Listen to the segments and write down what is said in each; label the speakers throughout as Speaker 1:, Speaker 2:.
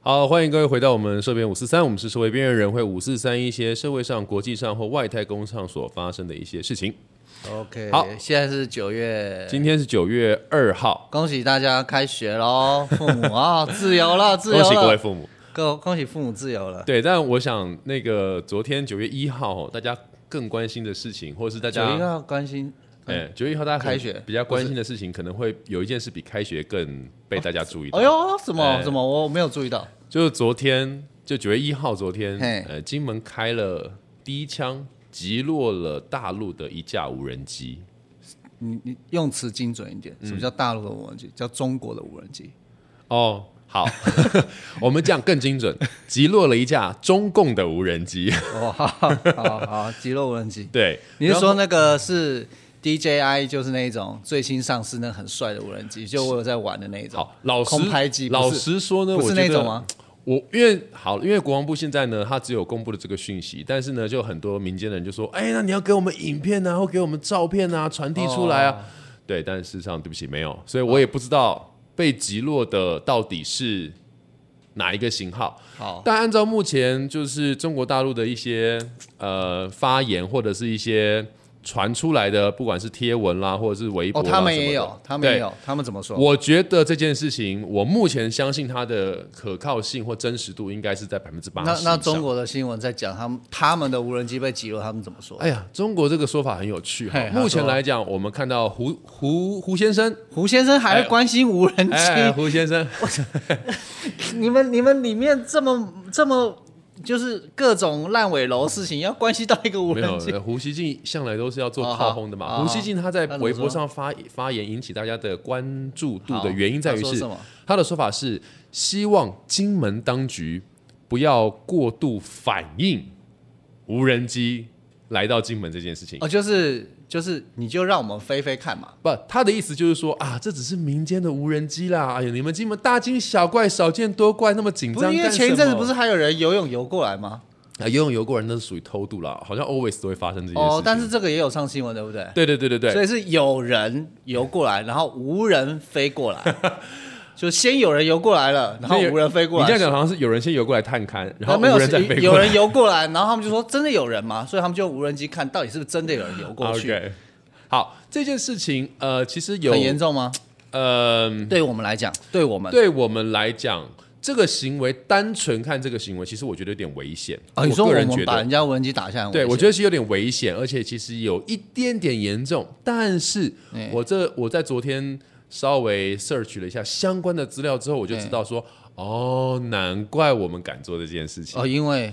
Speaker 1: 好，欢迎各位回到我们社编五四三，我们是社会边缘人会五四三一些社会上、国际上或外太空上所发生的一些事情。
Speaker 2: OK，
Speaker 1: 好
Speaker 2: 现在是九月，
Speaker 1: 今天是九月二号，
Speaker 2: 恭喜大家开学喽，父母啊、自由了，自由
Speaker 1: 恭
Speaker 2: 了，
Speaker 1: 喜各位父母。
Speaker 2: 各恭喜父母自由了。
Speaker 1: 对，但我想那个昨天九月一号哦，大家更关心的事情，或者是大
Speaker 2: 九
Speaker 1: 家
Speaker 2: 一要关心，
Speaker 1: 哎九月一号大家可能
Speaker 2: 开学
Speaker 1: 比较关心的事情，可能会有一件事比开学更被大家注意到。
Speaker 2: 哎呦，什么
Speaker 1: 哎
Speaker 2: 什么，我没有注意到，
Speaker 1: 就是昨天，就九月一号，昨天
Speaker 2: 嘿，
Speaker 1: 呃，金门开了第一枪，击落了大陆的一架无人机。
Speaker 2: 你你用词精准一点，
Speaker 1: 嗯
Speaker 2: 什么叫大陆的无人机？叫中国的无人机。
Speaker 1: 哦，好， 我们讲更精准，击落了一架中共的无人机。
Speaker 2: 哦， 好好好好，极乐无人机。
Speaker 1: 对，
Speaker 2: 你是
Speaker 1: 然后
Speaker 2: 说那个是 DJI，就是那一种最新上市那很帅的无人机，就我有在玩的那一种。
Speaker 1: 好？老实
Speaker 2: 空拍机不是
Speaker 1: 老实说呢，
Speaker 2: 不
Speaker 1: 我
Speaker 2: 是
Speaker 1: 觉
Speaker 2: 那
Speaker 1: 得
Speaker 2: 种吗？
Speaker 1: 我因为好，因为国防部现在呢，他只有公布了这个讯息，但是呢，就很多民间的人就说，哎，那你要给我们影片啊，或给我们照片啊，传递出来
Speaker 2: 哦
Speaker 1: 啊。对，但事实上，对不起，没有，所以我也不知道被击落的到底是哪一个型号。
Speaker 2: 好，
Speaker 1: 但按照目前就是中国大陆的一些呃发言或者是一些传出来的，不管是贴文啦，或者是微博
Speaker 2: 哦，
Speaker 1: 啦
Speaker 2: 他们
Speaker 1: 什么
Speaker 2: 也
Speaker 1: 的
Speaker 2: 有，他们也。
Speaker 1: 对
Speaker 2: 有，他们怎么说？
Speaker 1: 我觉得这件事情，我目前相信它的可靠性或真实度应该是在百分之八
Speaker 2: 那
Speaker 1: 十。
Speaker 2: 那中，国的新闻在讲他们他们的无人机被击落，他们怎么说？
Speaker 1: 哎呀，中国这个说法很有趣哈
Speaker 2: 嘿。他
Speaker 1: 目前
Speaker 2: 说
Speaker 1: 来讲，我们看到胡胡胡先生，
Speaker 2: 胡先生还会关心无人机？
Speaker 1: 哎，胡先生，
Speaker 2: 你们你们里面这么这么就是各种烂尾楼事情，要关系到一个无
Speaker 1: 没有呃
Speaker 2: 人机？，
Speaker 1: 胡锡进向来都是要做
Speaker 2: 哦
Speaker 1: 炮
Speaker 2: 好
Speaker 1: 轰的嘛。
Speaker 2: 哦
Speaker 1: 胡锡进他在
Speaker 2: 那怎么
Speaker 1: 微博
Speaker 2: 说
Speaker 1: 上发发言，引起大家的关注度
Speaker 2: 好
Speaker 1: 的原因在于
Speaker 2: 他说
Speaker 1: 是
Speaker 2: 什么，
Speaker 1: 他的说法是希望金门当局不要过度反应无人机来到金门这件事情。
Speaker 2: 哦，就是就是，你就让我们飞飞看嘛。
Speaker 1: 不，他的意思就是说啊，这只是民间的无人机啦。哎呦，你们金门大惊小怪，少见多怪，那么紧
Speaker 2: 不
Speaker 1: 张干
Speaker 2: 是
Speaker 1: 什么。
Speaker 2: 因为前一阵子不是还有人游泳游过来吗？
Speaker 1: 啊，游泳游过人那是属于偷渡啦，好像 always 都会发生这件事情。
Speaker 2: 哦，但是这个也有上新闻，对不对？
Speaker 1: 对对对对对，
Speaker 2: 所以是有人游过来，然后无人飞过 来，就先有人游过来了，然后无人飞过来。
Speaker 1: 你这样讲好像是有人先游过来探勘，然
Speaker 2: 然
Speaker 1: 后
Speaker 2: 呃后没有
Speaker 1: 无人再
Speaker 2: 是
Speaker 1: 飞
Speaker 2: 有
Speaker 1: 过来。
Speaker 2: 人游过来，然后他们就说真的有人吗？所以他们就用无人机看到底是不是真的有人游过去
Speaker 1: 啊 OK，好，这件事情呃，其实有
Speaker 2: 很严重吗？
Speaker 1: 嗯、
Speaker 2: 对我们来讲，对我们，
Speaker 1: 对我们来讲，这个行为单纯看这个行为，其实我觉得有点危险。
Speaker 2: 啊，你说
Speaker 1: 我
Speaker 2: 我
Speaker 1: 个人觉
Speaker 2: 们把
Speaker 1: 得
Speaker 2: 人，家无人机打下来，
Speaker 1: 对我觉
Speaker 2: 得
Speaker 1: 得是有点危险，而且其实有一点点严重。但是
Speaker 2: 嗯
Speaker 1: 我这我在昨天稍微 search 了一下相关的资料之后，我就知道说，哦，难怪我们敢做这件事情。
Speaker 2: 哦，因为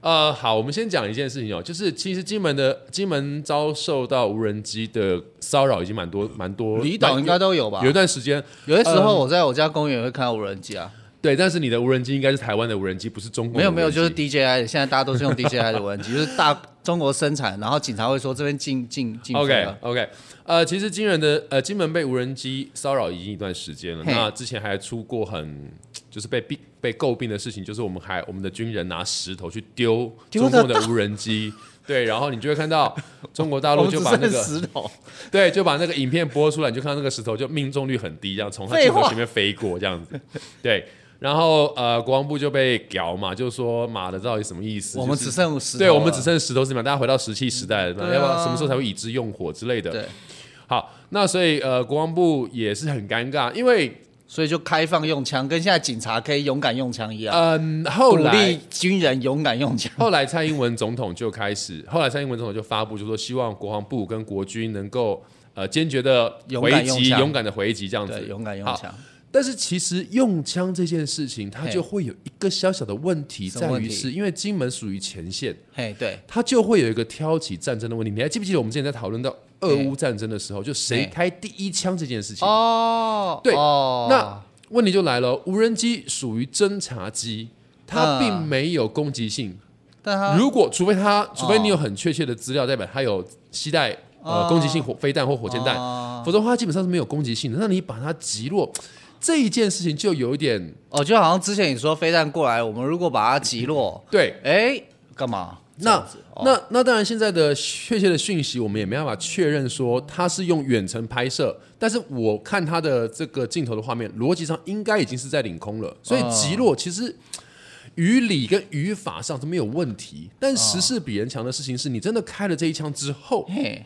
Speaker 1: 呃，好，我们先讲一件事情哦，就是其实金门的金门遭受到无人机的骚扰已经蛮多蛮多，
Speaker 2: 离岛应该都有吧
Speaker 1: 有一。嗯段时间，
Speaker 2: 有些时候我在我家公园也会看到无人机啊，
Speaker 1: 对，但是你的无人机应该是台湾的无人机，不是中国的
Speaker 2: 没有没有，
Speaker 1: 嗯无人机
Speaker 2: 就是 DJI 的，现在大家都是用 DJI 的无人机，就是大中国生产，然后警察会说这边禁禁禁飞啊
Speaker 1: OK
Speaker 2: 了，
Speaker 1: OK，呃，其实金门的呃金门被无人机骚扰已经一段时间了，
Speaker 2: 嘿
Speaker 1: 那之前还出过很就是被病被诟病的事情，就是我们还我们的军人拿石头去丢
Speaker 2: 丢
Speaker 1: 中
Speaker 2: 得
Speaker 1: 共的无人机，对，然后你就会看到中国大
Speaker 2: 我
Speaker 1: 陆
Speaker 2: 们
Speaker 1: 就
Speaker 2: 只
Speaker 1: 把那
Speaker 2: 剩
Speaker 1: 个
Speaker 2: 石头，
Speaker 1: 对，就把那个影片播出来，你就看到那个石头就命中率很低，这样从他镜头前面飞过这样子。对，然后呃，国防部就被屌嘛，就说妈的，到底什么意思？
Speaker 2: 我们
Speaker 1: 就是
Speaker 2: 只剩石头了，
Speaker 1: 对，我们只剩石头是嘛，大家回到石器时代了嘛，
Speaker 2: 对啊
Speaker 1: 要不然什么时候才会以之用火之类的？
Speaker 2: 对，
Speaker 1: 好，那所以呃，国防部也是很尴尬，因为
Speaker 2: 所以就开放用枪，跟现在警察可以勇敢用枪一样，
Speaker 1: 嗯、后
Speaker 2: 鼓
Speaker 1: 来
Speaker 2: 励军人勇敢用枪。
Speaker 1: 后来蔡英文总统就开始， 后来蔡英文总统就发布，就说希望国防部跟国军能够呃坚决的
Speaker 2: 勇
Speaker 1: 回
Speaker 2: 敢用
Speaker 1: 击，
Speaker 2: 枪
Speaker 1: 勇敢的回击这样子
Speaker 2: 对，，勇敢用
Speaker 1: 好
Speaker 2: 枪。
Speaker 1: 但是其实用枪这件事情，它
Speaker 2: 嘿
Speaker 1: 就会有一个小小的问题，
Speaker 2: 什么
Speaker 1: 在
Speaker 2: 问
Speaker 1: 于
Speaker 2: 题
Speaker 1: 是因为金门属于前线，
Speaker 2: 嘿，对，
Speaker 1: 它就会有一个挑起战争的问题。你还记不记得我们之前在讨论到俄乌战争的时候，就谁
Speaker 2: 嘿
Speaker 1: 开第一枪这件事情？
Speaker 2: 哦，
Speaker 1: 对
Speaker 2: 哦，
Speaker 1: 那问题就来了，无人机属于侦察机，它
Speaker 2: 嗯
Speaker 1: 并没有攻击性。
Speaker 2: 但他
Speaker 1: 如果除非它，除非你有很确切的资料，代表它有携带呃
Speaker 2: 哦
Speaker 1: 攻击性火飞弹或火箭弹，
Speaker 2: 哦
Speaker 1: 否则的话它基本上是没有攻击性的。那你把它击落，这一件事情就有一点
Speaker 2: 哦，就好像之前你说飞弹过来，我们如果把它击落，
Speaker 1: 对。
Speaker 2: 哎，干嘛？
Speaker 1: 那
Speaker 2: 这样子
Speaker 1: 那那当然，现在的确切的讯息我们也没办法确认说他是用远程拍摄，但是我看他的这个镜头的画面，逻辑上应该已经是在领空了，所以
Speaker 2: 哦
Speaker 1: 击落其实。于理跟语法上是没有问题，但时势比人强的事情是你真的开了这一枪之后，
Speaker 2: 嘿，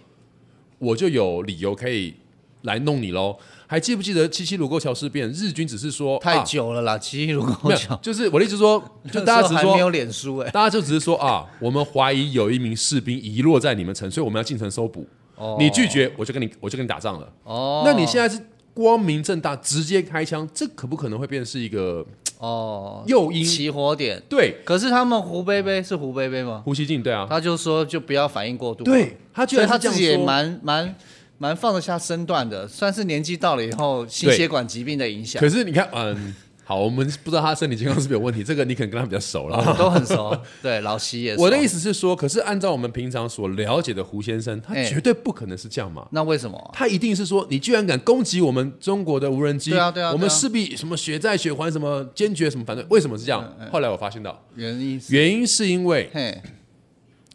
Speaker 1: 我就有理由可以来弄你喽。还记不记得七七卢沟桥事变？日军只是说
Speaker 2: 太
Speaker 1: 啊
Speaker 2: 久了啦，其实如果
Speaker 1: 没
Speaker 2: 我
Speaker 1: 有
Speaker 2: 讲，，
Speaker 1: 就是我的意思是说，就大家只
Speaker 2: 那
Speaker 1: 是
Speaker 2: 时候还没有
Speaker 1: 说，
Speaker 2: 脸书 哎、
Speaker 1: 大家就只是说啊，我们怀疑有一名士兵遗落在你们城，所以我们要进城搜捕。
Speaker 2: 哦
Speaker 1: 你拒绝，我就跟你我就跟你打仗了。
Speaker 2: 哦，
Speaker 1: 那你现在是光明正大直接开枪，这可不可能会变成是一个
Speaker 2: 哦
Speaker 1: 诱因？
Speaker 2: 起火点，
Speaker 1: 对，
Speaker 2: 可是他们胡贝贝是胡贝贝吗？
Speaker 1: 胡锡进，对啊，
Speaker 2: 他就说就不要反应过度，
Speaker 1: 对他居
Speaker 2: 所以
Speaker 1: 然
Speaker 2: 他
Speaker 1: 是这
Speaker 2: 自
Speaker 1: 样
Speaker 2: 己也
Speaker 1: 说，
Speaker 2: 蛮蛮蛮放得下身段的，算是年纪到了以后心血管疾病的影响
Speaker 1: 可，是你看，嗯，好，我们不知道他身体健康是不是有问 题，这个你可能跟他比较熟了。
Speaker 2: 我都很熟。对，老西也熟
Speaker 1: 啊我的意思是说，可是按照我们平常所了解的胡先生，他
Speaker 2: 哎
Speaker 1: 绝对不可能是这样嘛。
Speaker 2: 那为什么？
Speaker 1: 他一定是说，你居然敢攻击我们中国的无人机，
Speaker 2: 对啊对啊对啊
Speaker 1: 我们势必什么血债血还，什么坚决什么反对，为什么是这样？
Speaker 2: 嗯
Speaker 1: 后来我发现到，
Speaker 2: 原因是
Speaker 1: 原因是因为
Speaker 2: 嘿，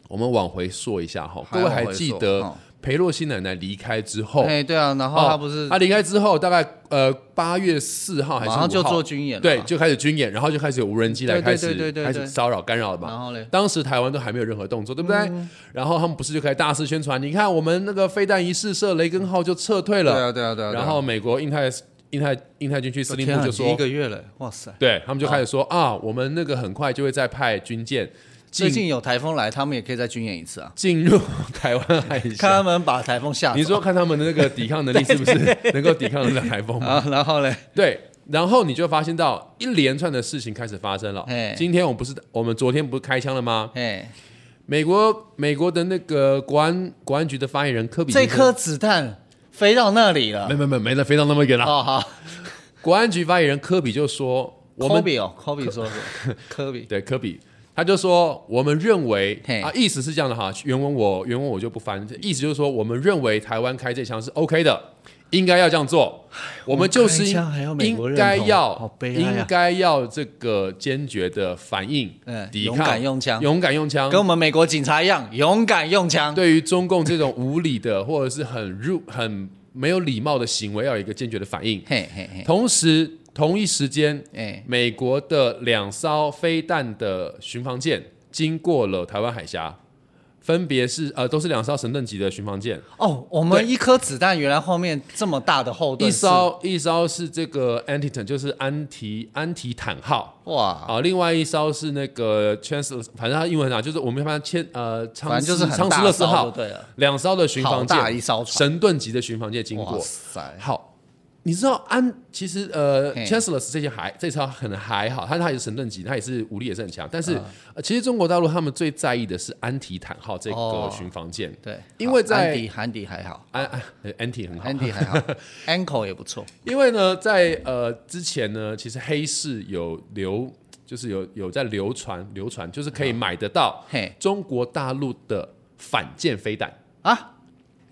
Speaker 1: 我们往回溯一下哈，
Speaker 2: 还
Speaker 1: 各位还记
Speaker 2: 往回
Speaker 1: 得
Speaker 2: 溯哦
Speaker 1: 裴洛西奶奶离开之后，
Speaker 2: 嘿，对啊，然后
Speaker 1: 哦
Speaker 2: 他不是
Speaker 1: 她离开之后，大概呃八月四号还是
Speaker 2: 马上就
Speaker 1: 5号
Speaker 2: 做军演了
Speaker 1: 对，
Speaker 2: 嘛
Speaker 1: 就开始军演，然后就开始有无人机来
Speaker 2: 对对
Speaker 1: 开始
Speaker 2: 对对对
Speaker 1: 开
Speaker 2: 对
Speaker 1: 始骚扰干扰了嘛。
Speaker 2: 然后嗯嘞
Speaker 1: 当时台湾都还没有任何动作，对不对？然后他们不是就开始大肆宣传，你看我们那个飞弹一试射，雷根号就撤退
Speaker 2: 对
Speaker 1: 了。
Speaker 2: 啊，对啊，对啊，对啊
Speaker 1: 然后美国印太印太印太军区司令
Speaker 2: 天啊
Speaker 1: 部就
Speaker 2: 已经
Speaker 1: 说
Speaker 2: 一，个月了，哇塞，
Speaker 1: 对他们就开始说啊，我们那个很快就会再派军舰
Speaker 2: 最
Speaker 1: 进
Speaker 2: 近有台风来，他们也可以再军演一次啊，
Speaker 1: 进入台湾海峡。
Speaker 2: 看他们把台风吓走。
Speaker 1: 你说看他们的那个抵抗能 力是不是 能够抵抗得了台风吗？
Speaker 2: 啊，然后嘞，
Speaker 1: 对，然后你就发现到一连串的事情开始发生了
Speaker 2: 嘿。
Speaker 1: 今天我们不是我们昨天不是开枪了吗？
Speaker 2: 嘿，
Speaker 1: 美国美国的那个国安国安局的发言人科比
Speaker 2: 这
Speaker 1: 先生
Speaker 2: 颗子弹飞到那里了
Speaker 1: 没。没没没了，飞到那么远了。
Speaker 2: 哦，好，
Speaker 1: 国安局发言人科比就说，我
Speaker 2: 科
Speaker 1: 们
Speaker 2: 比哦，科比说 说，科比，
Speaker 1: 对科比，他就说我们认为
Speaker 2: 嘿
Speaker 1: 啊，意思是这样的哈，原文我原文我就不翻，意思就是说我们认为台湾开这枪是 OK 的，应该要这样做，我们就是
Speaker 2: 开枪还要美国
Speaker 1: 应
Speaker 2: 认同
Speaker 1: 该要
Speaker 2: 好悲哀啊
Speaker 1: 应该要这个坚决的反应
Speaker 2: 嗯，
Speaker 1: 抵
Speaker 2: 勇
Speaker 1: 抗
Speaker 2: 敢，用枪
Speaker 1: 勇敢用枪
Speaker 2: 跟。我们美国警察一样，勇敢用枪。
Speaker 1: 对于中共这种无理的或者是很入很没有礼貌的行为，要有一个坚决的反应。
Speaker 2: 嘿嘿嘿，
Speaker 1: 同时，同一时间，
Speaker 2: 哎，
Speaker 1: 美国的两艘飞弹的巡防舰经过了台湾海峡，分别是呃都是两艘神盾级的巡防舰，
Speaker 2: 哦，我们一颗子弹原来后面这么大的后盾
Speaker 1: 一
Speaker 2: 是，
Speaker 1: 艘一艘是这个 Antiton，就是安提安提坦
Speaker 2: 嗯
Speaker 1: 号。
Speaker 2: 哇，
Speaker 1: 啊，另外一艘是那个 Chance，反正它英文啊，就是我们一般签呃，昌
Speaker 2: 反正
Speaker 1: 斯
Speaker 2: 就是
Speaker 1: 昌
Speaker 2: 很
Speaker 1: 斯
Speaker 2: 大
Speaker 1: 勒斯
Speaker 2: 艘
Speaker 1: 号
Speaker 2: 就，对了，
Speaker 1: 两艘的巡
Speaker 2: 好
Speaker 1: 防舰，
Speaker 2: 大一艘船，
Speaker 1: 神盾级的巡防舰经过
Speaker 2: 哇。塞，
Speaker 1: 好，你知道安其实呃
Speaker 2: 哎嘿
Speaker 1: Chancellor 这些还这艘可能还好，他他也是神盾级，他也是武力也是很强。但
Speaker 2: 嗯
Speaker 1: 是、呃其实中国大陆他们最在意的是安提坦号这个
Speaker 2: 哦
Speaker 1: 巡防舰，
Speaker 2: 对，
Speaker 1: 因为
Speaker 2: 好
Speaker 1: 在
Speaker 2: 安迪，安迪还好
Speaker 1: 安安呃安提很好。
Speaker 2: 安迪还 好，ankle 也不错，
Speaker 1: 因为呢，在呃之前呢，其实黑市有流，就是有有在流传流传，就是可以买得到
Speaker 2: 嗯嘿
Speaker 1: 中国大陆的反舰飞弹，
Speaker 2: 啊，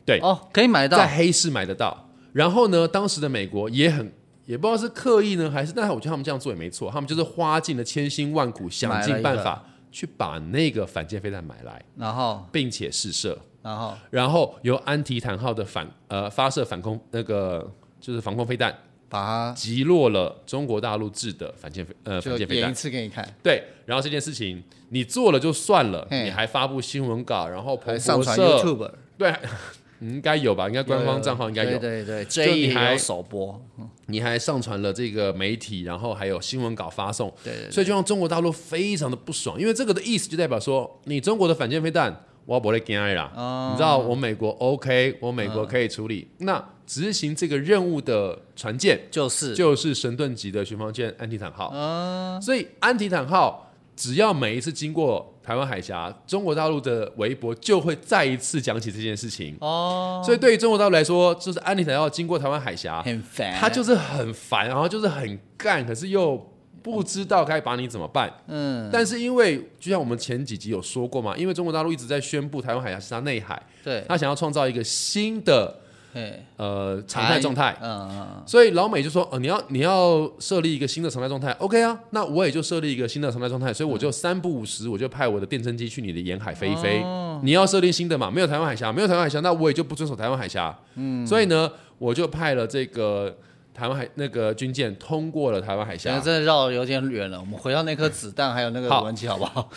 Speaker 1: 对
Speaker 2: 哦，可以买到
Speaker 1: 在，黑市买得到。然后呢，当时的美国也很。也不知道是刻意呢，还是，但是我觉得他们这样做也没错，他们就是花尽了千辛万苦，想尽办
Speaker 2: 买了
Speaker 1: 法去把那个反舰飞弹买来，
Speaker 2: 然后
Speaker 1: 并且试射，
Speaker 2: 然后
Speaker 1: 然后由安提坦号的反呃发射反空那个就是防空飞弹
Speaker 2: 把
Speaker 1: 击落了中国大陆制的反舰飞呃
Speaker 2: 它就
Speaker 1: 反舰飞
Speaker 2: 演一
Speaker 1: 弹。
Speaker 2: 次给你看，
Speaker 1: 对，然后这件事情你做了就算了，
Speaker 2: 嘿
Speaker 1: 你还发布新闻稿，然后
Speaker 2: 还
Speaker 1: 彭
Speaker 2: 上
Speaker 1: 博
Speaker 2: 传
Speaker 1: 社
Speaker 2: YouTube，
Speaker 1: 对， 应该有吧？应该官
Speaker 2: 有有
Speaker 1: 方账号应该有
Speaker 2: 对。对对，
Speaker 1: 就
Speaker 2: 这
Speaker 1: 你
Speaker 2: 一
Speaker 1: 还
Speaker 2: 有首播，
Speaker 1: 你还上传了这个媒体，然后还有新闻稿发送，
Speaker 2: 对对对
Speaker 1: 所以就让中国大陆非常的不爽，因为这个的意思就代表说，你中国的反舰飞弹，我不会惊的啦，
Speaker 2: 哦
Speaker 1: 你知道我美国 OK，我美国可以处理，
Speaker 2: 嗯
Speaker 1: 那执行这个任务的船舰
Speaker 2: 就是
Speaker 1: 就是神盾级的巡防舰安提坦号，
Speaker 2: 哦
Speaker 1: 所以安提坦号只要每一次经过台湾海峡，中国大陆的微博就会再一次讲起这件事情，
Speaker 2: 哦，
Speaker 1: 所以对于中国大陆来说，就是安提坦号经过台湾海峡。
Speaker 2: 很烦，
Speaker 1: 他就是很烦，然后就是很干，可是又不知道该把你怎么办。
Speaker 2: 嗯，
Speaker 1: 但是因为就像我们前几集有说过嘛，因为中国大陆一直在宣布台湾海峡是它内海，
Speaker 2: 对，
Speaker 1: 他想要创造一个新的
Speaker 2: 嘿，
Speaker 1: 呃常态状态。
Speaker 2: 嗯嗯
Speaker 1: 所以老美就说：“哦，你要你要设立一个新的常态状态，OK 啊？那我也就设立一个新的常态状态，所以我就三不五时，我就派我的电侦机去你的沿海飞一飞。你要设定新的嘛？没有台湾海峡，没有台湾海峡，那我也就不遵守台湾海峡。嗯，所以呢，我就派了这个台湾海那个军舰通过了台湾海
Speaker 2: 现在
Speaker 1: 峡。
Speaker 2: 真的绕的有点远了，我们回到那颗子弹还有那个
Speaker 1: 啊好
Speaker 2: 文琪好不好？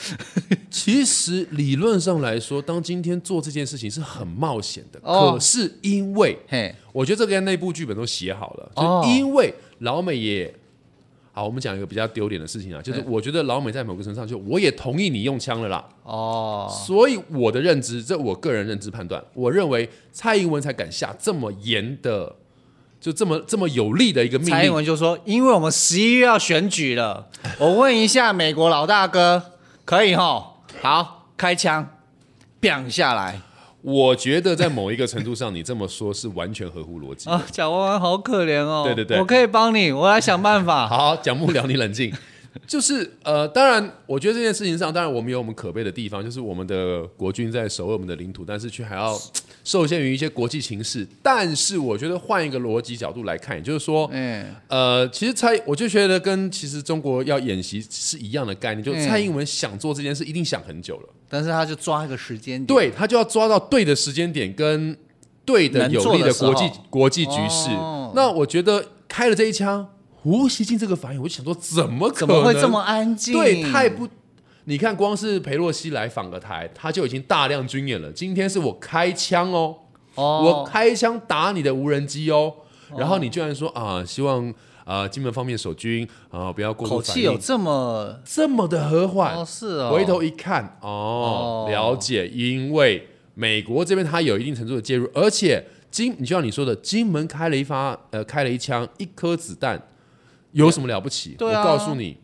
Speaker 1: 其实理论上来说，当今天做这件事情是很冒险的，
Speaker 2: 哦
Speaker 1: 可是因为
Speaker 2: 嘿，
Speaker 1: 我觉得这个跟内部剧本都写好了，
Speaker 2: 哦
Speaker 1: 就是因为老美也好，我们讲一个比较丢脸的事情啊，
Speaker 2: 哎
Speaker 1: 就是我觉得老美在某个程度上就我也同意你用枪了啦，
Speaker 2: 哦，
Speaker 1: 所以我的认知，这我个人认知判断，我认为蔡英文才敢下这么严的，就这么这么有力的一个命
Speaker 2: 蔡英
Speaker 1: 令。
Speaker 2: 文就说，因为我们十一月要选举了，我问一下美国老大哥，可以吼？好，开枪，bang 下来
Speaker 1: 我觉得在某一个程度上，你这么说是完全合乎逻辑的。
Speaker 2: 啊！蒋万安好可怜哦，
Speaker 1: 对对对
Speaker 2: 我可以帮你，我来想办法。
Speaker 1: 好，讲幕僚，你冷静。 就是呃，当然，我觉得这件事情上，当然我们有我们可悲的地方，就是我们的国军在守卫我们的领土，但是却还要受限于一些国际情势。但是我觉得换一个逻辑角度来看，也就是说，
Speaker 2: 嗯，
Speaker 1: 呃，其实蔡，我就觉得跟其实中国要演习是一样的概念，就
Speaker 2: 嗯
Speaker 1: 蔡英文想做这件事，一定想很久了，
Speaker 2: 但是他就抓一个时间点，
Speaker 1: 对他就要抓到对的时间点跟对的
Speaker 2: 能
Speaker 1: 有
Speaker 2: 做
Speaker 1: 利
Speaker 2: 的时候
Speaker 1: 国际国际局势。
Speaker 2: 哦
Speaker 1: 那我觉得开了这一枪。胡锡进这个反应，我就想说，怎么可
Speaker 2: 怎
Speaker 1: 能
Speaker 2: 么会这么安静？
Speaker 1: 对，太不。你看，光是裴洛西来访个台，他就已经大量军演了。今天是我开枪哦，我
Speaker 2: 哦，
Speaker 1: 开枪打你的无人机哦，然后你居然说啊，希望啊金门方面守军啊不要过度
Speaker 2: 口
Speaker 1: 反
Speaker 2: 气
Speaker 1: 应，
Speaker 2: 有这么
Speaker 1: 这么的和缓。
Speaker 2: 哦，是哦，
Speaker 1: 回头一看，哦，
Speaker 2: 哦
Speaker 1: 了解，因为美国这边它有一定程度的介入，而且金，你就像你说的，金门开了一发，呃，开了一枪，一颗子弹，有什么了不起？
Speaker 2: 对啊
Speaker 1: 我告诉你，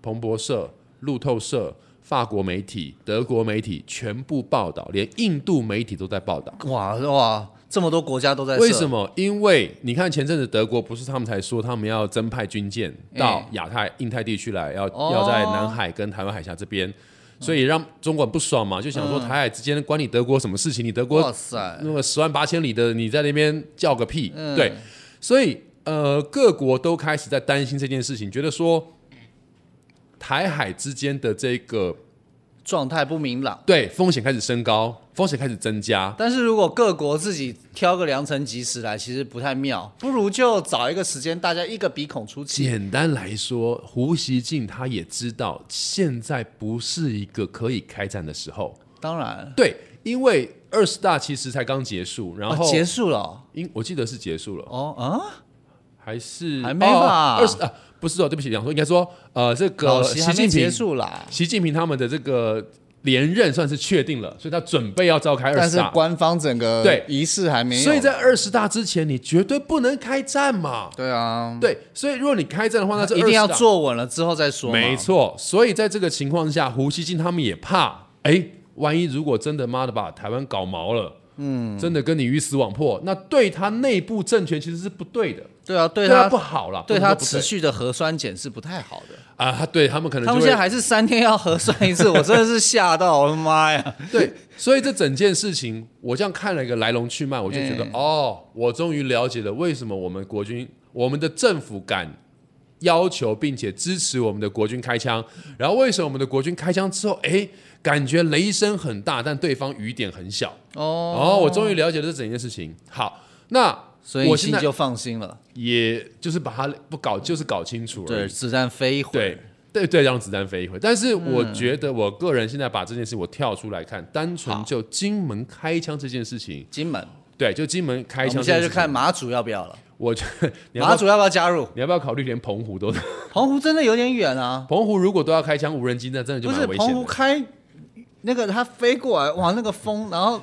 Speaker 1: 彭博社、路透社、法国媒体、德国媒体全部报道，连印度媒体都在报道。
Speaker 2: 哇哇，这么多国家都在
Speaker 1: 为
Speaker 2: 射
Speaker 1: 什么？因为你看前阵子德国不是他们才说他们要增派军舰到亚太、印太地区来，要、
Speaker 2: 哦
Speaker 1: 要在南海跟台湾海峡这边，所以让中国很不爽嘛，就想说台海之间关你德国什么事情？你德
Speaker 2: 哇
Speaker 1: 国
Speaker 2: 塞，
Speaker 1: 那个十万八千里的，你在那边叫个屁？
Speaker 2: 嗯
Speaker 1: 对，所以呃，各国都开始在担心这件事情，觉得说台海之间的这个
Speaker 2: 状态不明朗。
Speaker 1: 对风险开始升高，风险开始增加。
Speaker 2: 但是如果各国自己挑个良辰吉时来，其实不太妙，不如就找一个时间，大家一个鼻孔出气。
Speaker 1: 简单来说，胡锡进他也知道现在不是一个可以开战的时候。
Speaker 2: 当然，
Speaker 1: 对，因为二十大其实才刚结束，然后、
Speaker 2: 哦、结束了哦
Speaker 1: 因我记得是结束了，
Speaker 2: 哦啊，
Speaker 1: 还是
Speaker 2: 还没吧
Speaker 1: 二十、20啊，不是哦，对不起，讲说应该说呃，这
Speaker 2: 老
Speaker 1: 个
Speaker 2: 习
Speaker 1: 习
Speaker 2: 还没
Speaker 1: 近
Speaker 2: 结
Speaker 1: 平，
Speaker 2: 束啦，
Speaker 1: 习近平他们的这个连任算是确定了，所以他准备要召开二
Speaker 2: 但
Speaker 1: 十
Speaker 2: 是
Speaker 1: 大。
Speaker 2: 官方整个
Speaker 1: 对
Speaker 2: 仪式还没有，
Speaker 1: 所以在二十大之前，你绝对不能开战嘛。
Speaker 2: 对啊，
Speaker 1: 对，所以如果你开战的话，那这
Speaker 2: 一定要
Speaker 1: 20大
Speaker 2: 坐稳了之后再说嘛。
Speaker 1: 没错，所以在这个情况下，胡锡进他们也怕，哎，万一如果真的妈的把台湾搞毛了，嗯，真的跟你鱼死网破，那对他内部政权其实是不对的，
Speaker 2: 对啊，对
Speaker 1: 对
Speaker 2: 他
Speaker 1: 不好啦，
Speaker 2: 对
Speaker 1: 不能
Speaker 2: 他
Speaker 1: 说不
Speaker 2: 持续的核酸检是不太好的。
Speaker 1: 啊，他对他们可能
Speaker 2: 他们
Speaker 1: 就
Speaker 2: 现
Speaker 1: 会
Speaker 2: 在还是三天要核酸 一次，我真的是吓到，我的妈呀！
Speaker 1: 对，所以这整件事情，我这样看了一个来龙去脉，我就觉
Speaker 2: 嗯
Speaker 1: 得、哦，我终于了解了为什么我们国军、我们的政府敢要求并且支持我们的国军开枪，然后为什么我们的国军开枪之后，哎，感觉雷声很大，但对方雨点很小。
Speaker 2: 哦，
Speaker 1: 哦，我终于了解了这整件事情。好，那
Speaker 2: 所以
Speaker 1: 我
Speaker 2: 你
Speaker 1: 现
Speaker 2: 心
Speaker 1: 在
Speaker 2: 就放心了。
Speaker 1: 也就是把它不搞，就是搞清楚而
Speaker 2: 对，
Speaker 1: 已。
Speaker 2: 子弹飞一会嗯儿
Speaker 1: 对对对，让子弹飞一回。但是我觉得，我个人现在把这件事我跳出来看，单纯
Speaker 2: 好
Speaker 1: 就金门开枪这件事情，
Speaker 2: 金门，
Speaker 1: 对，就金门开
Speaker 2: 我
Speaker 1: 枪。
Speaker 2: 们现在就看，马祖要不要了。
Speaker 1: 我觉 得你要不
Speaker 2: 马
Speaker 1: 要
Speaker 2: 祖要不要加入？
Speaker 1: 你要不要考虑连澎湖都？
Speaker 2: 澎湖真的有点远啊，
Speaker 1: 澎湖如果都要开枪无人机，那真的就
Speaker 2: 不
Speaker 1: 蛮
Speaker 2: 是
Speaker 1: 危
Speaker 2: 澎
Speaker 1: 险
Speaker 2: 湖
Speaker 1: 的。
Speaker 2: 开那个它飞过来，哇，那个风，然后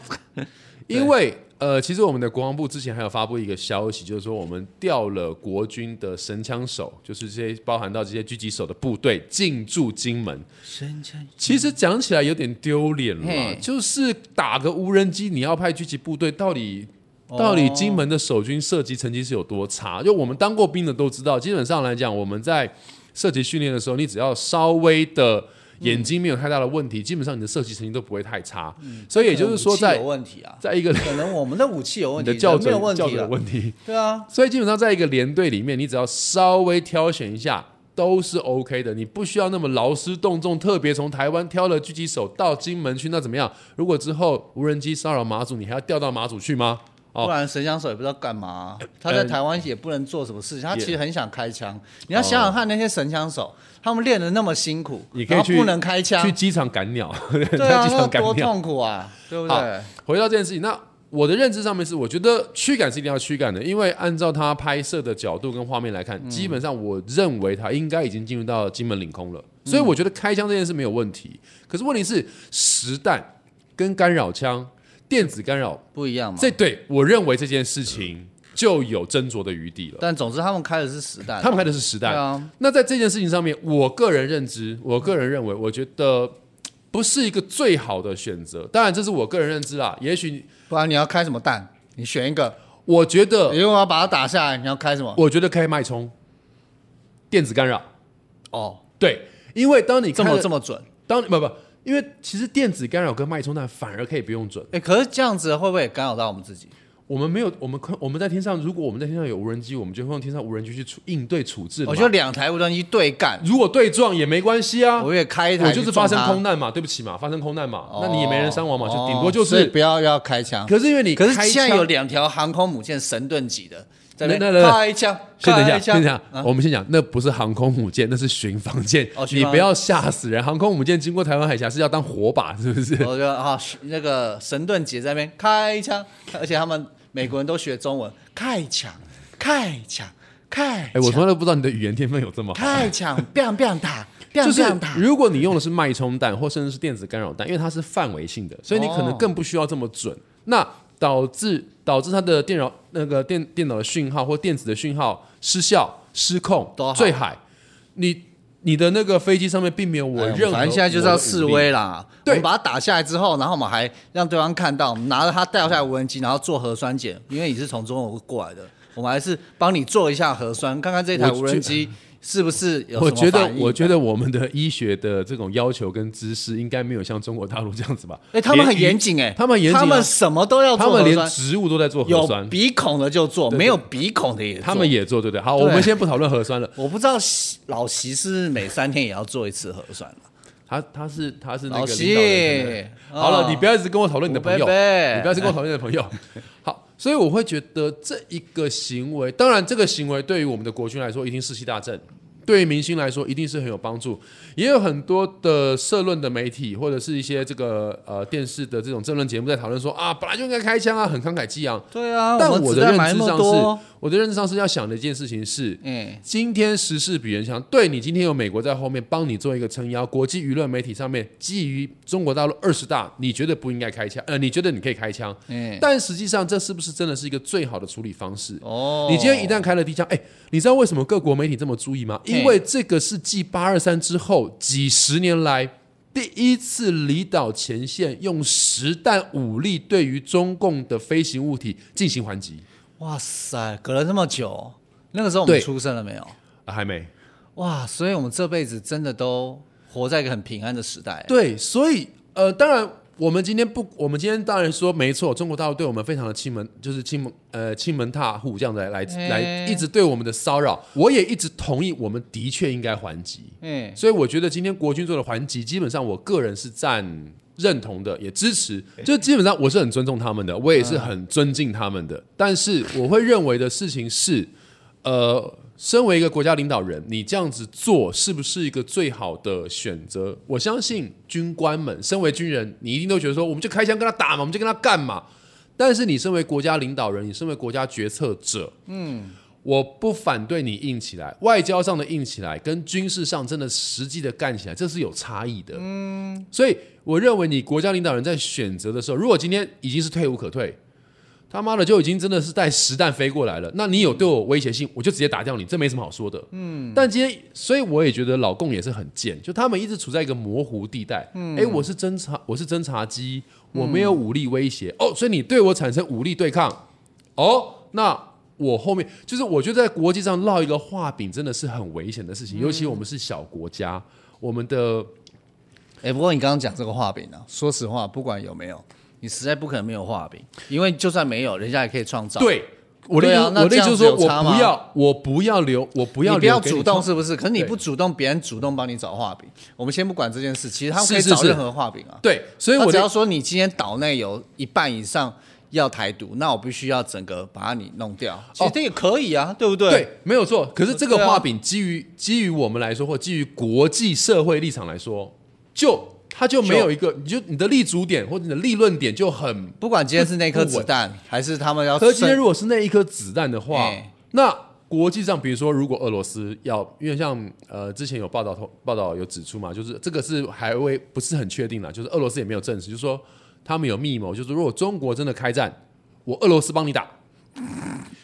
Speaker 1: 因为呃，其实我们的国防部之前还有发布一个消息，就是说我们调了国军的神枪手，就是这些包含到这些狙击手的部队进驻金门。
Speaker 2: 神枪
Speaker 1: 其实讲起来有点丢脸了
Speaker 2: 嘿，
Speaker 1: 就是打个无人机，你要派狙击部队，到底
Speaker 2: 哦
Speaker 1: 到底金门的守军射击成绩是有多差？就我们当过兵的都知道，基本上来讲，我们在射击训练的时候，你只要稍微的眼睛没有太大的问题，基本上你的射击成绩都不会太差。所以也就是说
Speaker 2: 可能武
Speaker 1: 在，
Speaker 2: 器有问题嗯啊，
Speaker 1: 在一个
Speaker 2: 可能我们的武器有问
Speaker 1: 你
Speaker 2: 题，
Speaker 1: 的校
Speaker 2: 人没有
Speaker 1: 准
Speaker 2: 问
Speaker 1: 校
Speaker 2: 题
Speaker 1: 准有
Speaker 2: 了，
Speaker 1: 问题，
Speaker 2: 对啊，
Speaker 1: 所以基本上在一个连队里面，你只要稍微挑选一下都是 OK 的，你不需要那么劳师动众，特别从台湾挑了狙击手到金门去，那怎么样？如果之后无人机骚扰马祖，你还要调到马祖去吗？哦呃
Speaker 2: 不然神枪手也不知道干嘛、啊他在台湾也不能做什么事情，他
Speaker 1: 也
Speaker 2: 其实很想开枪。
Speaker 1: 嗯
Speaker 2: 你要想想看，那些神枪手，他们练的那么辛苦，
Speaker 1: 你可以
Speaker 2: 然后
Speaker 1: 去
Speaker 2: 不能开枪
Speaker 1: 去，机场赶鸟，
Speaker 2: 啊 对啊，
Speaker 1: 在机
Speaker 2: 那
Speaker 1: 场赶
Speaker 2: 多
Speaker 1: 鸟。
Speaker 2: 痛苦啊，对不对？
Speaker 1: 回到这件事情，那我的认知上面是，我觉得驱赶是一定要驱赶的，因为按照他拍摄的角度跟画面来看，基本上我认为他应该已经进入到金门领空了，
Speaker 2: 嗯
Speaker 1: 所以我觉得开枪这件事没有问题。可是问题是，实弹跟干扰枪、电子干扰，
Speaker 2: 不一样嘛。
Speaker 1: 这对我认为这件事情就有斟酌的余地了。
Speaker 2: 但总之他们开的是实弹，
Speaker 1: 他们开的是实
Speaker 2: 嗯对
Speaker 1: 弹，
Speaker 2: 啊，
Speaker 1: 那在这件事情上面，我个人认知，我个人认为，我觉得不是一个最好的选择。当然，这是我个人认知啦。也许
Speaker 2: 不然你要开什么弹？你选一个，
Speaker 1: 我觉得
Speaker 2: 你，如果要把它打下来，你要开什么？
Speaker 1: 我觉得可以脉冲，电子干扰。
Speaker 2: 哦，
Speaker 1: 对，因为当你
Speaker 2: 这么
Speaker 1: 看了
Speaker 2: 这么准？
Speaker 1: 当不不，因为其实电子干扰跟脉冲弹反而可以不用准。
Speaker 2: 哎，可是这样子会不会也干扰到我们自己？
Speaker 1: 我们没有，我们可我们在天上，如果我们在天上有无人机，我们就会用天上无人机去处应对处置嘛。
Speaker 2: 我觉得两台无人机对干，
Speaker 1: 如果对撞也没关系啊，
Speaker 2: 我也开一台
Speaker 1: 我
Speaker 2: 去
Speaker 1: 就是
Speaker 2: 撞
Speaker 1: 发
Speaker 2: 它，
Speaker 1: 生空难嘛，对不起嘛，发生空难嘛，
Speaker 2: 哦，
Speaker 1: 那你也没人伤亡嘛，就顶多就
Speaker 2: 哦所以
Speaker 1: 是。
Speaker 2: 不要要开枪。
Speaker 1: 可是因为你
Speaker 2: 可是
Speaker 1: 开
Speaker 2: 现在
Speaker 1: 枪
Speaker 2: 有两条航空母舰神盾级的，在
Speaker 1: 那
Speaker 2: 那
Speaker 1: 那
Speaker 2: 边
Speaker 1: 那
Speaker 2: 开枪，
Speaker 1: 先等一下，
Speaker 2: 开
Speaker 1: 先等
Speaker 2: 枪
Speaker 1: 一下，
Speaker 2: 啊
Speaker 1: 我们先讲，那不是航空母舰，那是巡防舰。
Speaker 2: 哦巡
Speaker 1: 你
Speaker 2: 防
Speaker 1: 不要吓死人！航空母舰经过台湾海峡是要当火把，是不是？
Speaker 2: 我就啊，是那个神盾级在那边开枪，而且他们美国人都学中文，开枪，开枪，开
Speaker 1: 哎，我
Speaker 2: 枪，
Speaker 1: 从来都不知道你的语言天分有这么好。
Speaker 2: 开 枪，biang biang 打
Speaker 1: 就
Speaker 2: ，biang
Speaker 1: 是
Speaker 2: biang 打。
Speaker 1: 如果你用的是脉冲弹或甚至是电子干扰弹，因为它是范围性的，所以你可能
Speaker 2: 哦
Speaker 1: 更不需要这么准。那导致导致它的电脑那个电电脑的讯号或电子的讯号失效、失控
Speaker 2: 都、好
Speaker 1: 坠海，你你的那个飞机上面并没有我
Speaker 2: 哎
Speaker 1: 任何，
Speaker 2: 反正现在就是要示。 威啦，我
Speaker 1: 对
Speaker 2: 们把它打下来之后，然后我们还让对方看到，我们拿着它掉下来无人机，然后做核酸检，因为你是从中国过来的，我们还是帮你做一下核酸，看看这台
Speaker 1: 我
Speaker 2: 无人机是不是有
Speaker 1: 我
Speaker 2: 什么
Speaker 1: 觉得
Speaker 2: 反，应。
Speaker 1: 我觉得我们的医学的这种要求跟知识，应该没有像中国大陆这样子吧？
Speaker 2: 哎、他们很
Speaker 1: 连
Speaker 2: 严谨哎，
Speaker 1: 他们严谨啊
Speaker 2: 他们什么都要
Speaker 1: 他
Speaker 2: 做
Speaker 1: 们
Speaker 2: 核
Speaker 1: 连
Speaker 2: 酸，
Speaker 1: 植物都在做核
Speaker 2: 有
Speaker 1: 酸，
Speaker 2: 鼻孔的就做，没有鼻孔的也做
Speaker 1: 他们也做，对不对？好，
Speaker 2: 对
Speaker 1: 我们先不讨论核酸了。
Speaker 2: 我不知道习老习是不是每三天也要做一次核酸了。
Speaker 1: 他他是他是那
Speaker 2: 老
Speaker 1: 个领导人对不对
Speaker 2: 习，
Speaker 1: 好了，
Speaker 2: 啊
Speaker 1: 你不要一直跟我讨论你的朋友，
Speaker 2: 吴伯伯
Speaker 1: 你不要一直跟我讨论你的朋 友。好，所以我会觉得这一个行为，当然这个行为对于我们的国军来说一定士气大振，对于明星来说一定是很有帮助。也有很多的社论的媒体或者是一些这个呃电视的这种政论节目在讨论说啊，本来就应该开枪啊，很慷慨激昂。
Speaker 2: 对啊，
Speaker 1: 但
Speaker 2: 我们
Speaker 1: 我
Speaker 2: 子
Speaker 1: 的
Speaker 2: 弹
Speaker 1: 认
Speaker 2: 买那
Speaker 1: 知
Speaker 2: 么
Speaker 1: 上
Speaker 2: 多
Speaker 1: 是，，我的认知上是要想的一件事情是，
Speaker 2: 嗯，
Speaker 1: 今天时事比人强，对你今天有美国在后面帮你做一个撑腰，国际舆论媒体上面基于中国大陆二十大，你觉得不应该开枪，呃，你觉得你可以开枪，
Speaker 2: 嗯
Speaker 1: 但实际上这是不是真的是一个最好的处理方式？
Speaker 2: 哦，
Speaker 1: 你今天一旦开了第一枪，哎，你知道为什么各国媒体这么注意吗？
Speaker 2: 嗯
Speaker 1: 因为这个是继八二三之后几十年来第一次离岛前线用实弹武力对于中共的飞行物体进行还击，
Speaker 2: 哇塞，隔了那么久，那个时候我们
Speaker 1: 对
Speaker 2: 出生了没有？
Speaker 1: 啊、还没。
Speaker 2: 哇，所以我们这辈子真的都活在一个很平安的时代。啊
Speaker 1: 对，所以呃，当然我们今天不，我们今天当然说没错，中国大陆对我们非常的亲门，就是亲门呃亲门踏户这样子来来
Speaker 2: 哎
Speaker 1: 来一直对我们的骚扰，我也一直同意，我们的确应该还击。
Speaker 2: 嗯，
Speaker 1: 所以我觉得今天国军做的还击，基本上我个人是赞认同的，也支持。就基本上我是很尊重他们的，我也是很尊敬他们的。但是我会认为的事情是，呃，身为一个国家领导人，你这样子做是不是一个最好的选择？我相信军官们，身为军人，你一定都觉得说，我们就开枪跟他打嘛，我们就跟他干嘛。但是你身为国家领导人，你身为国家决策者，我不反对你硬起来，外交上的硬起来跟军事上真的实际的干起来，这是有差异的。嗯，所以我认为你国家领导人在选择的时候，如果今天已经是退无可退，他妈的就已经真的是带实弹飞过来了，那你有对我威胁性，我就直接打掉你，这没什么好说的。嗯，但今天，所以我也觉得老共也是很贱，就他们一直处在一个模糊地带。嗯，哎，我是侦察，我是侦察机，我没有武力威胁、哦，所以你对我产生武力对抗，哦，那我后面就是我觉得在国际上
Speaker 2: 嗯
Speaker 1: 落一个画饼真的是很危险的事情，尤其我们是小国家，我们的
Speaker 2: 哎、不过你刚刚讲这个画饼啊，说实话，不管有没有，你实在不可能没有画饼，因为就算没有，人家也可以创造。，
Speaker 1: 对，我的意
Speaker 2: 对
Speaker 1: 思、
Speaker 2: 啊那
Speaker 1: 我的意思
Speaker 2: 这
Speaker 1: 就是
Speaker 2: 样子
Speaker 1: 说我
Speaker 2: 有差吗
Speaker 1: 不要，我不要留，我不要
Speaker 2: 你
Speaker 1: 留
Speaker 2: 不要
Speaker 1: 给你
Speaker 2: 主动
Speaker 1: 创
Speaker 2: 是不是？可是你
Speaker 1: 对
Speaker 2: 不主动，别人主动帮你找画饼。我们先不管这件事，其实他们
Speaker 1: 是
Speaker 2: 可以
Speaker 1: 是
Speaker 2: 找
Speaker 1: 是
Speaker 2: 任何画饼啊。
Speaker 1: 对，所以
Speaker 2: 他
Speaker 1: 我
Speaker 2: 只要
Speaker 1: 的
Speaker 2: 说你今天岛内有一半以上要台独，那我必须要整个把你弄掉。其实这也可以啊，对不对？
Speaker 1: 对没有错。可是这个
Speaker 2: 对啊
Speaker 1: 画饼基于、基于我们来说，或基于国际社会立场来说，就它就没有一个，你就你的立足点或者你的立论点就很。
Speaker 2: 不管今天是那颗
Speaker 1: 不不
Speaker 2: 子
Speaker 1: 稳
Speaker 2: 弹，还是他们要
Speaker 1: 可是今天
Speaker 2: 渗
Speaker 1: 如果是那一颗子弹的话，
Speaker 2: 哎
Speaker 1: 那国际上，比如说，如果俄罗斯要，因为像呃之前有报道报道有指出嘛，就是这个是还未不是很确定啦，就是俄罗斯也没有证实，就是说他们有密谋，就是如果中国真的开战，我俄罗斯帮你打。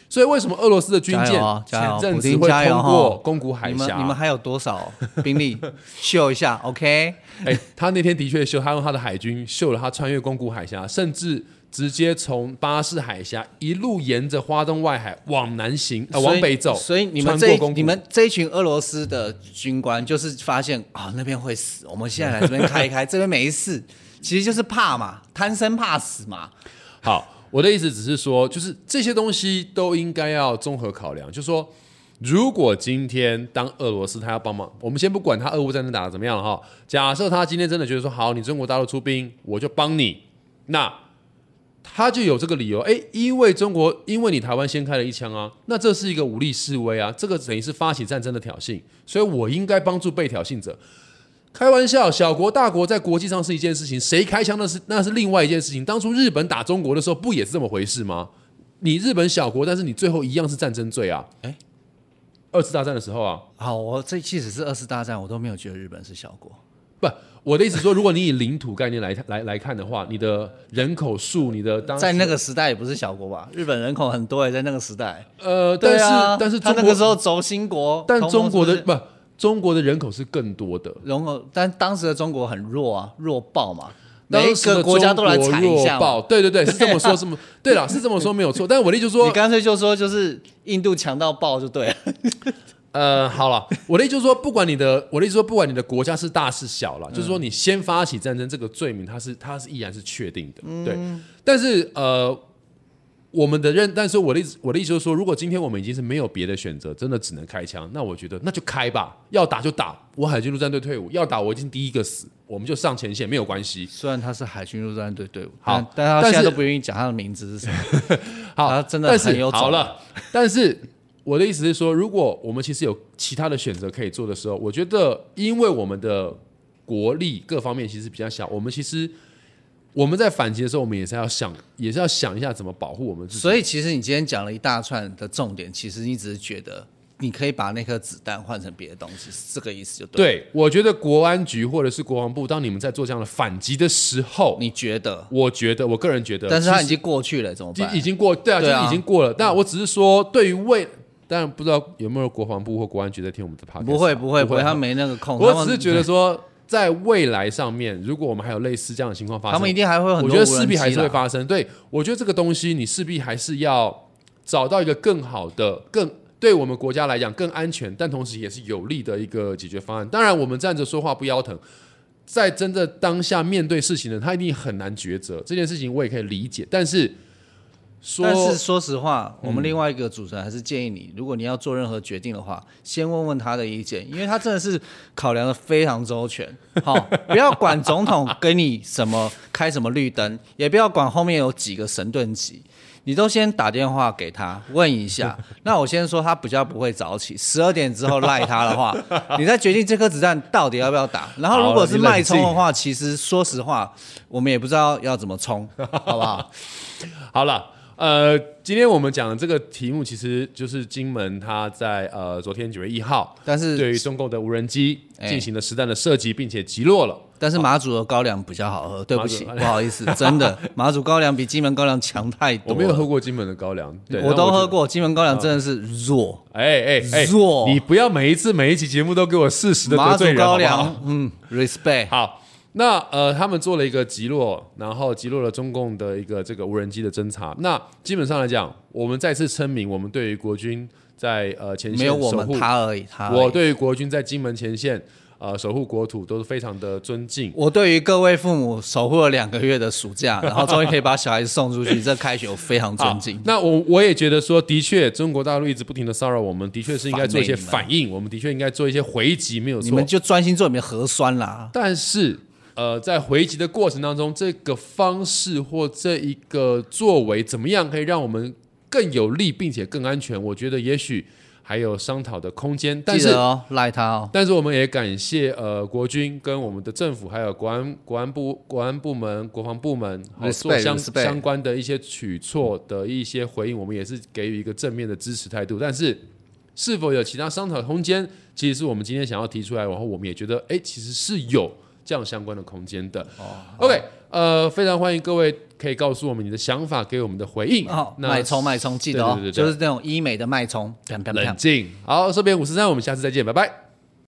Speaker 1: 所以为什么俄罗斯的军
Speaker 2: 加
Speaker 1: 舰
Speaker 2: 油啊加油
Speaker 1: 前阵子
Speaker 2: 普京
Speaker 1: 会
Speaker 2: 加油
Speaker 1: 通
Speaker 2: 哈
Speaker 1: 过宫古海
Speaker 2: 你们
Speaker 1: 峡？
Speaker 2: 你们还有 多少兵力？秀一下，OK？
Speaker 1: 哎、他那天的确秀，他用他的海军秀了他穿越宫古海峡，甚至直接从巴士海峡一路沿着花东外海往南行，呃，
Speaker 2: 所以
Speaker 1: 往北走。
Speaker 2: 所以你们
Speaker 1: 穿
Speaker 2: 这
Speaker 1: 过
Speaker 2: 一
Speaker 1: 宫古
Speaker 2: 你们这一群俄罗斯的军官，就是发现啊、那边会死，我们现在来这边开 一开，这边没事，其实就是怕嘛，贪生怕死嘛。
Speaker 1: 好，我的意思只是说，就是这些东西都应该要综合考量。就说，如果今天当俄罗斯他要帮忙，我们先不管他俄乌战争打得怎么样了哈，假设他今天真的觉得说，好，你中国大陆出兵，我就帮你，那他就有这个理由，哎，因为中国，因为你台湾先开了一枪啊，那这是一个武力示威啊，这个等于是发起战争的挑衅，所以我应该帮助被挑衅者。开玩笑，小国大国在国际上是一件事情，谁开枪那是那是另外一件事情。当初日本打中国的时候，不也是这么回事吗？你日本小国，但是你最后一样是战争罪啊！
Speaker 2: 哎
Speaker 1: 二次大战的时候啊，
Speaker 2: 好，我这即使是二次大战，我都没有觉得日本是小国。
Speaker 1: 不，我的意思说，如果你以领土概念来来来看的话，你的人口数，你的当
Speaker 2: 在那个时代也不是小国吧？日本人口很多也在那个时代。
Speaker 1: 呃，但是、
Speaker 2: 对啊、
Speaker 1: 但是
Speaker 2: 他
Speaker 1: 中
Speaker 2: 那
Speaker 1: 国，
Speaker 2: 个时候轴心国，
Speaker 1: 但
Speaker 2: 同盟
Speaker 1: 中国的
Speaker 2: 是不是
Speaker 1: 不，中国的人口是更多的。
Speaker 2: 融合，但当时的中国很弱啊，弱爆嘛，每
Speaker 1: 当
Speaker 2: 一
Speaker 1: 时的
Speaker 2: 个国家都来踩一下
Speaker 1: 中国弱爆
Speaker 2: 嘛。
Speaker 1: 对对对，是这么说，是这么对啦，是这么说没有错。但我的意思就是说
Speaker 2: 你，干脆就说就是印度强到爆就对了。
Speaker 1: 呃，好了，我的意思就是说，不管你的，我的意思说，不管你的国家是大是小了，就是说你先发起战争这个罪名，它是它是依然是确定的，对。但是呃，我们的认，但是我的意思，我的意思就是说，如果今天我们已经是没有别的选择，真的只能开枪，那我觉得那就开吧，要打就打，我海军陆战队退伍，要打我一定第一个死，我们就上前线，没有关系。
Speaker 2: 虽然他是海军陆战队队伍，
Speaker 1: 好
Speaker 2: 但但他
Speaker 1: 但
Speaker 2: 现在
Speaker 1: 是
Speaker 2: 都不愿意讲他的名字是什么。
Speaker 1: 好，
Speaker 2: 他真的
Speaker 1: 但是
Speaker 2: 很有种啊
Speaker 1: 好了。但是我的意思是说，如果我们其实有其他的选择可以做的时候，我觉得因为我们的国力各方面其实比较小，我们其实我们在反击的时候，我们也是要想，也是要想一下怎么保护我们自己。
Speaker 2: 所以其实你今天讲了一大串的重点，其实你只是觉得你可以把那颗子弹换成别的东西，是这个意思就对了。
Speaker 1: 对，我觉得国安局或者是国防部，当你们在做这样的反击的时候，
Speaker 2: 你觉得？
Speaker 1: 我觉得，我个人觉得，
Speaker 2: 但是
Speaker 1: 其
Speaker 2: 他
Speaker 1: 实
Speaker 2: 已经过去了，怎么办？
Speaker 1: 已已经过，对啊，就
Speaker 2: 对啊
Speaker 1: 是已经过了。但我只是说，对于未，当然不知道有没有国防部或国安局在听我们的 p o d
Speaker 2: 不会啊不会不会，
Speaker 1: 哈
Speaker 2: 他没哦那个空。他
Speaker 1: 啊我
Speaker 2: 们
Speaker 1: 只是觉得说，在未来上面，如果我们还有类似这样的情况发生，
Speaker 2: 他们一定还会有很
Speaker 1: 我
Speaker 2: 多
Speaker 1: 觉得势必还是会
Speaker 2: 无人机啦
Speaker 1: 发生。对，我觉得这个东西你势必还是要找到一个更好的、更对我们国家来讲更安全，但同时也是有利的一个解决方案。当然，我们站着说话不腰疼。在真的当下面对事情呢，他一定很难抉择。这件事情我也可以理解，但是说嗯
Speaker 2: 但是说实话，我们另外一个主持人还是建议你，如果你要做任何决定的话，先问问他的意见，因为他真的是考量的非常周全。 好、不要管总统给你什么开什么绿灯，也不要管后面有几个神盾级，你都先打电话给他问 一下。那我先说，他比较不会早起，十二点之后赖他 的话，你再决定这颗子弹到底要不要打。然后如果是
Speaker 1: 好你冷
Speaker 2: 脉冲的
Speaker 1: 静
Speaker 2: 话，其实说实话，我们也不知道要怎么冲，好不好？
Speaker 1: 好了，呃，今天我们讲的这个题目，其实就是金门它在呃昨天九月一号，
Speaker 2: 但是
Speaker 1: 对于中共的无人机
Speaker 2: 哎
Speaker 1: 进行了实弹的射击，并且击落了。
Speaker 2: 但是马祖的高粱比较好喝，对不起，
Speaker 1: 马祖高
Speaker 2: 不好意 思，真的，马祖高粱比金门高粱强太
Speaker 1: 我
Speaker 2: 多了。
Speaker 1: 没有喝过金门的高粱，对，
Speaker 2: 我
Speaker 1: 但
Speaker 2: 都
Speaker 1: 觉
Speaker 2: 喝
Speaker 1: 得。
Speaker 2: 过，金门高粱真的是弱。
Speaker 1: 哎哎哎
Speaker 2: 弱，
Speaker 1: 你不要每一次每一集节目都给我适时的得
Speaker 2: 马祖
Speaker 1: 罪人，
Speaker 2: 高
Speaker 1: 好不好
Speaker 2: 粱，嗯，respect。
Speaker 1: 好，那呃，他们做了一个击落，然后击落了中共的一个这个无人机的侦察。那基本上来讲，我们再次声明，我们对于国军在呃前线
Speaker 2: 没有我
Speaker 1: 守
Speaker 2: 们
Speaker 1: 护
Speaker 2: 他而已，他而已
Speaker 1: 我对于国军在金门前线呃守护国土都是非常的尊敬。
Speaker 2: 我对于各位父母守护了两个月的暑假，然后终于可以把小孩子送出去，这开学我非常尊敬。
Speaker 1: 那我我也觉得说，的确，中国大陆一直不停的骚扰我们，的确是应该做一些
Speaker 2: 反
Speaker 1: 反应，我们的确应该做一些回击，没有
Speaker 2: 你
Speaker 1: 错
Speaker 2: 们。就专心做你们核酸啦。
Speaker 1: 但是，呃，在回击的过程当中，这个方式或这一个作为，怎么样可以让我们更有利，并且更安全？我觉得也许还有商讨的空间。但
Speaker 2: 记
Speaker 1: 是
Speaker 2: 得哦，赖他哦。
Speaker 1: 但是我们也感谢呃国军跟我们的政府，还有国安国安部国安部门、国防部门，好
Speaker 2: Respect，
Speaker 1: 做相
Speaker 2: respect
Speaker 1: 相关的一些举措的一些回应，我们也是给予一个正面的支持态度。但是是否有其他商讨空间，其实是我们今天想要提出来，然后我们也觉得，哎，其实是有这样相关的空间的。OK，呃，非常欢迎各位可以告诉我们你的想法，给我们的回应。
Speaker 2: 哦，
Speaker 1: 那
Speaker 2: 脉冲脉冲，记得哦，
Speaker 1: 对对对对
Speaker 2: 就是那种医美的脉冲，砰砰砰
Speaker 1: 冷。静。好，这边五十三，我们下次再见，拜拜。